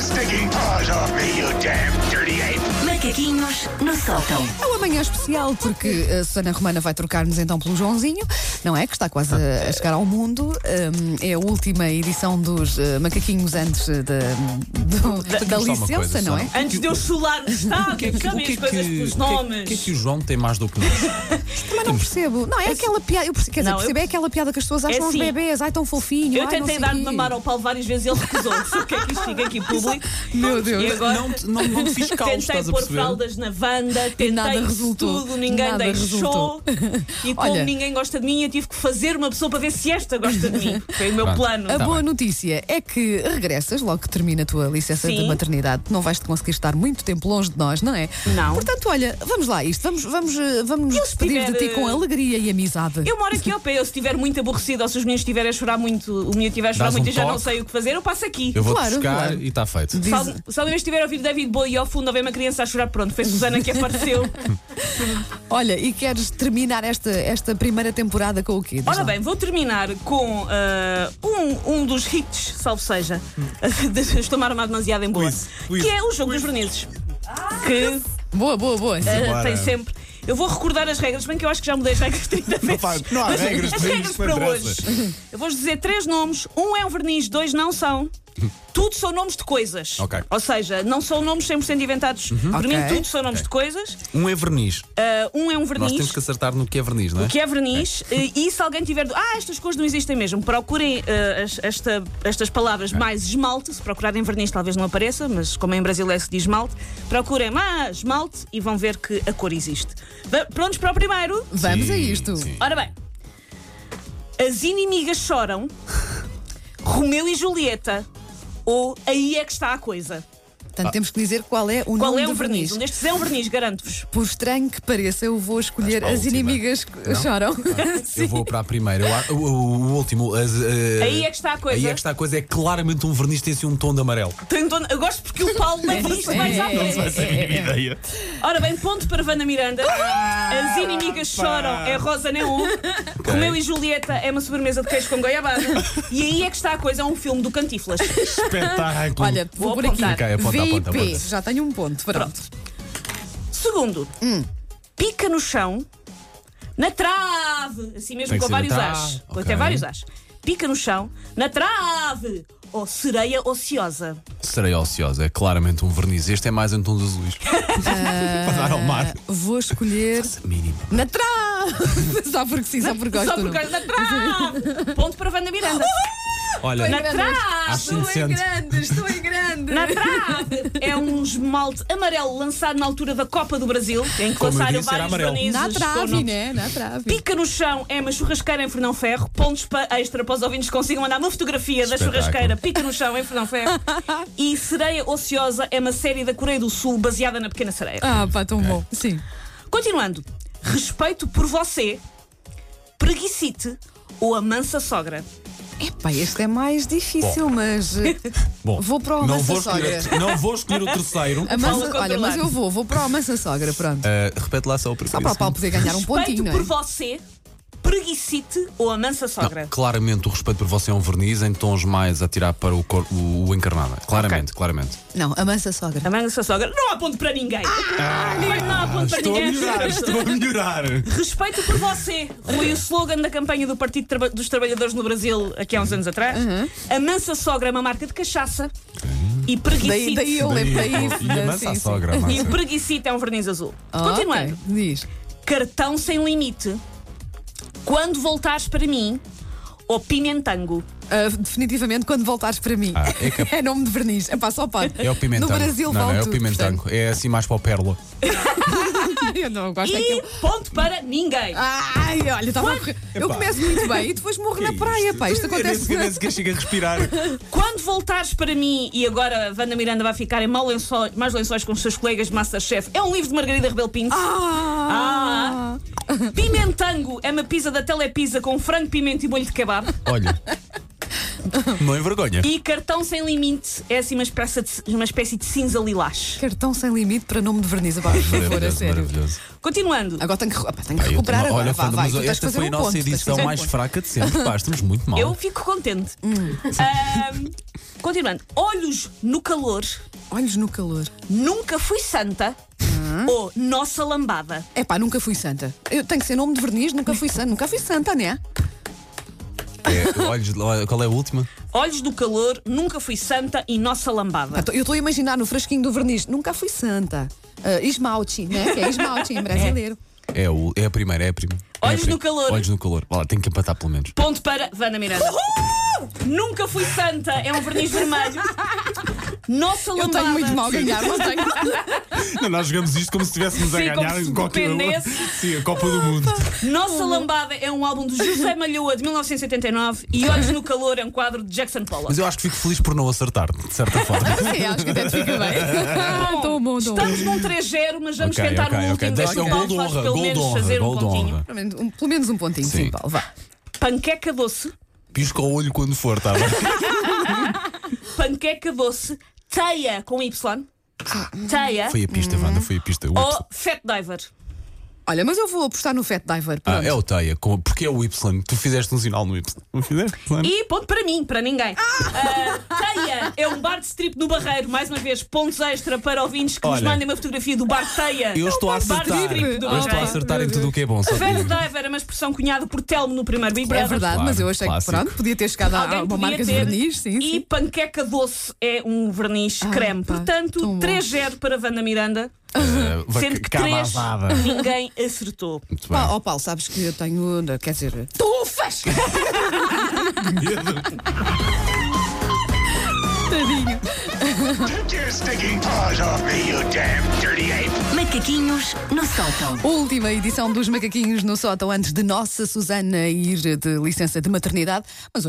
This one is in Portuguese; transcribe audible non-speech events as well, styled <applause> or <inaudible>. stinking paws off me, you damn dirty ape! Macaquinhos no sótão. É uma manhã especial porque a Susana Romana vai trocar-nos então pelo Joãozinho, não é? Que está quase Ah, a a chegar ao mundo. Hum, é a última edição dos eh, macaquinhos antes da, do- da só uma licença, coisa, não é? Susana. Antes de eu chular o Estado, que é que- o chamem que é as coisas que- pelos o que é- o que é nomes. que o João tem mais do que nós? Mas não percebo. Não, é aquela piada. Eu percebo, quer dizer, Não, eu- percebo, é aquela piada que as pessoas acham aos assim, bebês. Ai, tão fofinho. Eu ai, não tentei sei dar de quê. mamar ao Paulo várias vezes e ele recusou. Não sei O que é que isto fica aqui público? Meu Deus. E <laughs> agora? Não, te- não, não te fiz caos, Tentei estás a pôr perceber? fraldas na vanda, tentei nada isso resultou. tudo, ninguém Nada deixou. resultou. E como Olha. ninguém gosta de mim, eu tive que fazer uma pessoa para ver se esta gosta de mim. Foi o meu Pronto. plano. A Tá boa bem. notícia é que regressas logo que termina a tua licença de Sim. maternidade. Não vais conseguir estar muito tempo longe de nós, não é? Não. Portanto, olha, vamos lá a isto. Vamos, vamos, eh, vamos nos despedir tiver, de ti com eh, alegria e amizade. Eu moro aqui ao pé, eu se estiver muito aborrecido ou se os meninos estiverem a chorar muito, o menino estiver a chorar Dás muito um e já não toque. sei o que fazer, eu passo aqui. Eu vou te Claro, buscar claro. e está feito. Diz- Se al- Se alguém estiver a ouvir David Bowie e ao fundo houver uma criança a chorar, pronto, foi Susana <laughs> que apareceu. Olha, e queres terminar esta, esta primeira temporada com o quê? Diz Ora lá. bem, vou terminar com ah, um, um dos hits, salvo seja, <laughs> de Estou-me a armar demasiado em boa, Quiz, quiz, que é o jogo dos vernizes. Que Boa, boa, boa. ah, Ah, Bora. tem sempre. Eu vou recordar as regras, bem que eu acho que já mudei as regras <laughs> 30 vezes. faz- não há Mas regras, As tem regras isso, para lembrança. hoje. Eu vou dizer três nomes, um é um verniz, dois não são. Tudo são nomes de coisas. Ok. Uhum. Ou seja, não são nomes 100% inventados. Por mim, Ok. tudo são nomes de coisas. Um é verniz. Ah, um é um Nós verniz. temos que acertar no que é verniz, não é? O que é verniz, eh, e se alguém tiver. du- Ah, estas coisas não existem mesmo. Procurem eh, as- esta- estas palavras mais esmalte. Se procurarem verniz, talvez não apareça, mas como em brasileiro se diz esmalte, procurem mais esmalte e vão ver que a cor existe. Va- Prontos para o primeiro? Vamos a Sim, isto. sim. Ora bem. As inimigas choram, Romeu e Julieta, ou aí é que está a coisa. Portanto, Ah. temos que dizer qual é o Qual nome é do um verniz? Um destes é um verniz, garanto-vos. Por estranho que pareça, eu vou escolher Vais para a as última. inimigas que Não? Tá. choram. <laughs> Eu vou para a primeira. Eu a- O, o- o último. as, eh, Aí é que está a coisa. Aí é que está a coisa. É claramente um verniz que tem assim um tom de amarelo. Tenho dono- Eu gosto porque o Paulo leva isto mais à frente. é. Ideia. Ora bem, ponto para Vanda Miranda. As inimigas choram é Rosa Neon. Romeu e Julieta é uma sobremesa de queijo com goiabada. E aí é que está a coisa, é um filme do Cantiflas. Espetáculo. Olha, vou Vou por aqui. apontar. Ok, aponta, aponta, VIP. aponta. Já tenho um ponto. Pronto. Segundo, Hum. pica no chão, na trave. Assim mesmo Tem que com ser vários na trave, as. Com ok. até vários as. Pica no chão, na trave. Ou sereia ociosa. Serei ociosa. É claramente um verniz. Este é mais em tons <laughs> azuis. para dar Ah. ao mar. Vou escolher Mínimo. <laughs> na trave. Só porque sim, só porque gosto. Só por não. causa da <laughs> trave. Ponto para Vanda Miranda. Olha, Na Acho trave. Estou em indecente. grande, estou em grande. Na trave é um esmalte amarelo lançado na altura da Copa do Brasil, em que Como eu lançaram disse, era vários amarelo. vernizes. Na com trave, nomes. né? Na trave. Pica no chão é uma churrasqueira em Fernão Ferro. Pontos para extra para os ouvintes que consigam mandar uma fotografia da Espetáculo. churrasqueira Pica no chão em Fernão Ferro. <laughs> e Sereia Ociosa é uma série da Coreia do Sul baseada na Pequena Sereia. Ah, pá, tão bom. Sim. Continuando. Respeito por você, preguicite ou a mansa sogra. Pá, este é mais difícil, mas. eh, Bom, Vou para o não Massa vou, escolher, Sogra. não vou escolher o terceiro. <laughs> A mansa- contra olha, o mas eu lado. vou, vou para a mansa sogra, pronto. Ah, repete lá só o Só para o Paulo poder ganhar um Respeito pontinho, não por é? você, preguicite ou a mansa sogra. Não, claramente o respeito por você é um verniz em tons mais a tirar para o, cor, o, o encarnado. Claramente, claramente. <laughs> Não, a mansa sogra. A mãe da sua sogra não há ponto para ninguém. Ah, Mas não há ponto para ninguém. a melhorar. Respeito por você. Foi o slogan da campanha do Partido Traba- dos Trabalhadores no Brasil aqui há uns anos atrás. Uhum. A Mansa Sogra é uma marca de cachaça Daí, e preguicite. daí eu lembro, daí. é E a mansa né? sim, à sim. sogra. a E o mansa. preguicite é um verniz azul. Ah, Continuando. ok. Diz. Cartão sem limite. Quando voltares para mim, ou pimentango. Ah, definitivamente quando voltares para mim. Ah, é que- <laughs> é nome de verniz. É pá, só pá. É o pimentango. No Brasil não, vale não, é o tudo, <laughs> pimentango. É assim mais para o pérola. portanto. eu Ah, não gosto E daquilo. ponto para ninguém. Ai, olha, estava a correr. Eu Epá. começo muito bem e depois morro na praia, pá. Isto acontece. que chega <laughs> a respirar. Quando voltares para mim, e agora a Wanda Miranda vai ficar em mau lençóis- mais lençóis com os seus colegas de Masterchef, é um livro de Margarida Rebelo Pinto. Ah! Pimentango é uma pizza da Telepisa com frango, pimento e molho de kebab. Olha, Não envergonha. E cartão sem limite é assim uma espécie de, uma espécie de cinza lilás. Cartão sem limite para nome de verniz. Vá, por favor, a Maravilhoso, sério. maravilhoso. Continuando. Agora tenho que, opa, tenho Pá, que eu recuperar tenho- agora. Olha, vá, Fernanda, vai, tu mas tens que esta fazer foi a um nossa ponto, tens que edição fazer um mais ponto. fraca de sempre. Pá, estamos muito mal. Eu fico contente. Ahm, continuando. Olhos no calor, Olhos no calor. nunca fui santa ou nossa lambada. É pá, nunca fui santa. Eu tenho que ser nome de verniz, nunca fui santa. Nunca fui santa, né? É, olhos, olha, qual é a última? Olhos do calor, nunca fui santa e nossa lambada. Pá, tô- Então, Eu estou a imaginar no frasquinho do verniz. Nunca fui santa. Ah, esmalte, né? Que <laughs> é esmalte em brasileiro. É, o, é a primeira, é a primeira. É a Olhos primeira. no calor. Olhos no calor. Olha, tem que empatar pelo menos. Ponto para Vana Miranda. Nunca fui santa, é um verniz vermelho. Nossa Eu lambada. tenho muito mal a ganhar, <laughs> não tenho. Não, nós jogamos isto como se estivéssemos Sim, como se dependesse. Sim, a Copa do Mundo. Nossa Uhum. Lambada é um álbum de José Malhoa de 1989 e Olhos no Calor é um quadro de Jackson <laughs> Pollock. Mas eu acho que fico feliz por não acertar, de certa forma. Sim, acho que até te fica bem. Estou <laughs> bom, estou bom. Estamos num 3-0, mas <laughs> vamos Ah, Ok, tentar ok, ok. um último. Deixa Então, um gol de faz honra, pelo gol de menos honra, fazer um gol de pontinho. honra. Pelo menos um- Pelo menos um pontinho, sim, Sim. Paulo, vá. Panqueca doce, Pisca o olho quando for, <laughs> tá bem? panqueca doce, teia com Y, teia Ah. Foi a pista, Wanda, foi a pista. ou fat diver. Olha, mas eu vou apostar no Fat Diver. Ah, pronto. é o Teia, com- porque é o Y. Tu fizeste um sinal no Y. Não fizeste? E ponto para mim, para ninguém. Ah, teia é um bar de strip no Barreiro. Mais uma vez, pontos extra para ouvintes que nos Olha, mandem uma fotografia do bar Teia. Eu estou a Bar de acertar. strip do Eu estou a Barreiro. acertar em tudo o que é bom. Só te Fat digo. diver é uma expressão cunhada por Telmo no primeiro Big É Brother. verdade, Claro, mas eu achei clássico. que pronto, podia ter chegado a- a Alguém uma podia marca de ter. verniz, sim, e sim. panqueca doce é um verniz Ah, creme. pá, tão Portanto, bom. 3-0 para Vanda Miranda, Eh, vai- sendo que cava a 3 vada. ninguém acertou. Muito bem. Pá, ó Paulo, sabes que eu tenho. Quer dizer. Tufas! <laughs> Tadinho. Take your stinking paws off me, you damn dirty ape! Macaquinhos no sótão. Última edição dos Macaquinhos no Sótão antes de nossa Susana ir de licença de maternidade. Mas